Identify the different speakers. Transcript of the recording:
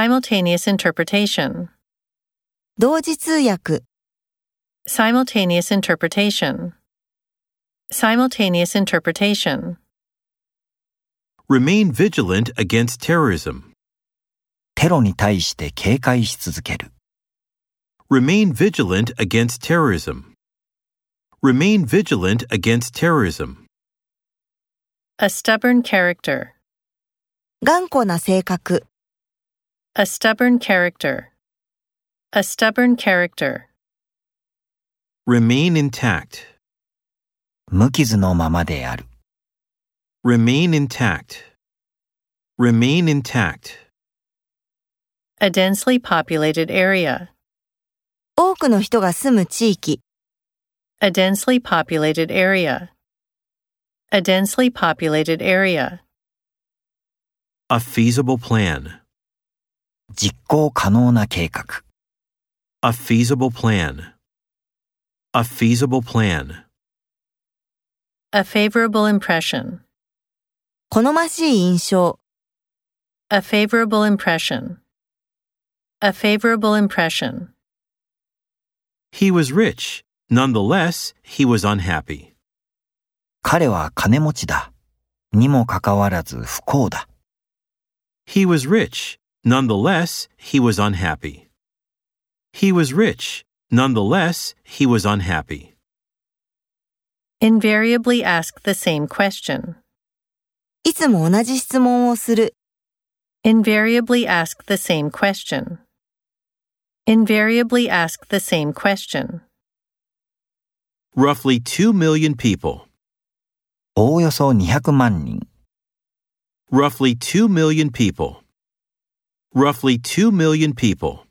Speaker 1: Simultaneous interpretation.
Speaker 2: 同時通訳、
Speaker 1: Simultaneous interpretation. Simultaneous interpretation.
Speaker 3: Remain vigilant against terrorism.
Speaker 4: テロに対して警戒し続ける。
Speaker 3: Remain vigilant against terrorism. Remain vigilant against terrorism.
Speaker 1: A stubborn character.
Speaker 2: 頑固な性格、
Speaker 1: A stubborn character. A stubborn character.
Speaker 3: Remain intact.
Speaker 4: 無傷のままである。
Speaker 3: Remain intact. Remain intact.
Speaker 1: A densely populated area.
Speaker 2: 多くの人が住む地域、
Speaker 1: A densely populated area. A densely populated area.
Speaker 3: A feasible plan.
Speaker 4: 実行可能な計画。
Speaker 3: A feasible plan. A feasible plan.
Speaker 1: A favorable impression.
Speaker 2: 好ましい印象、
Speaker 1: A favorable impression. A favorable impression.
Speaker 3: He was rich. Nonetheless, he was unhappy.
Speaker 4: 彼は金持ちだ。にもかかわらず不幸だ。
Speaker 3: He was rich. Nonetheless, he was unhappy. He was rich. Nonetheless, he was unhappy.
Speaker 1: Invariably ask the same question.
Speaker 2: いつも同じ質問をする、
Speaker 1: Invariably ask the same question. Invariably ask the same question.
Speaker 3: Roughly 2 million people.
Speaker 4: おおよそ200万人。
Speaker 3: Roughly 2 million people. Roughly 2 million people.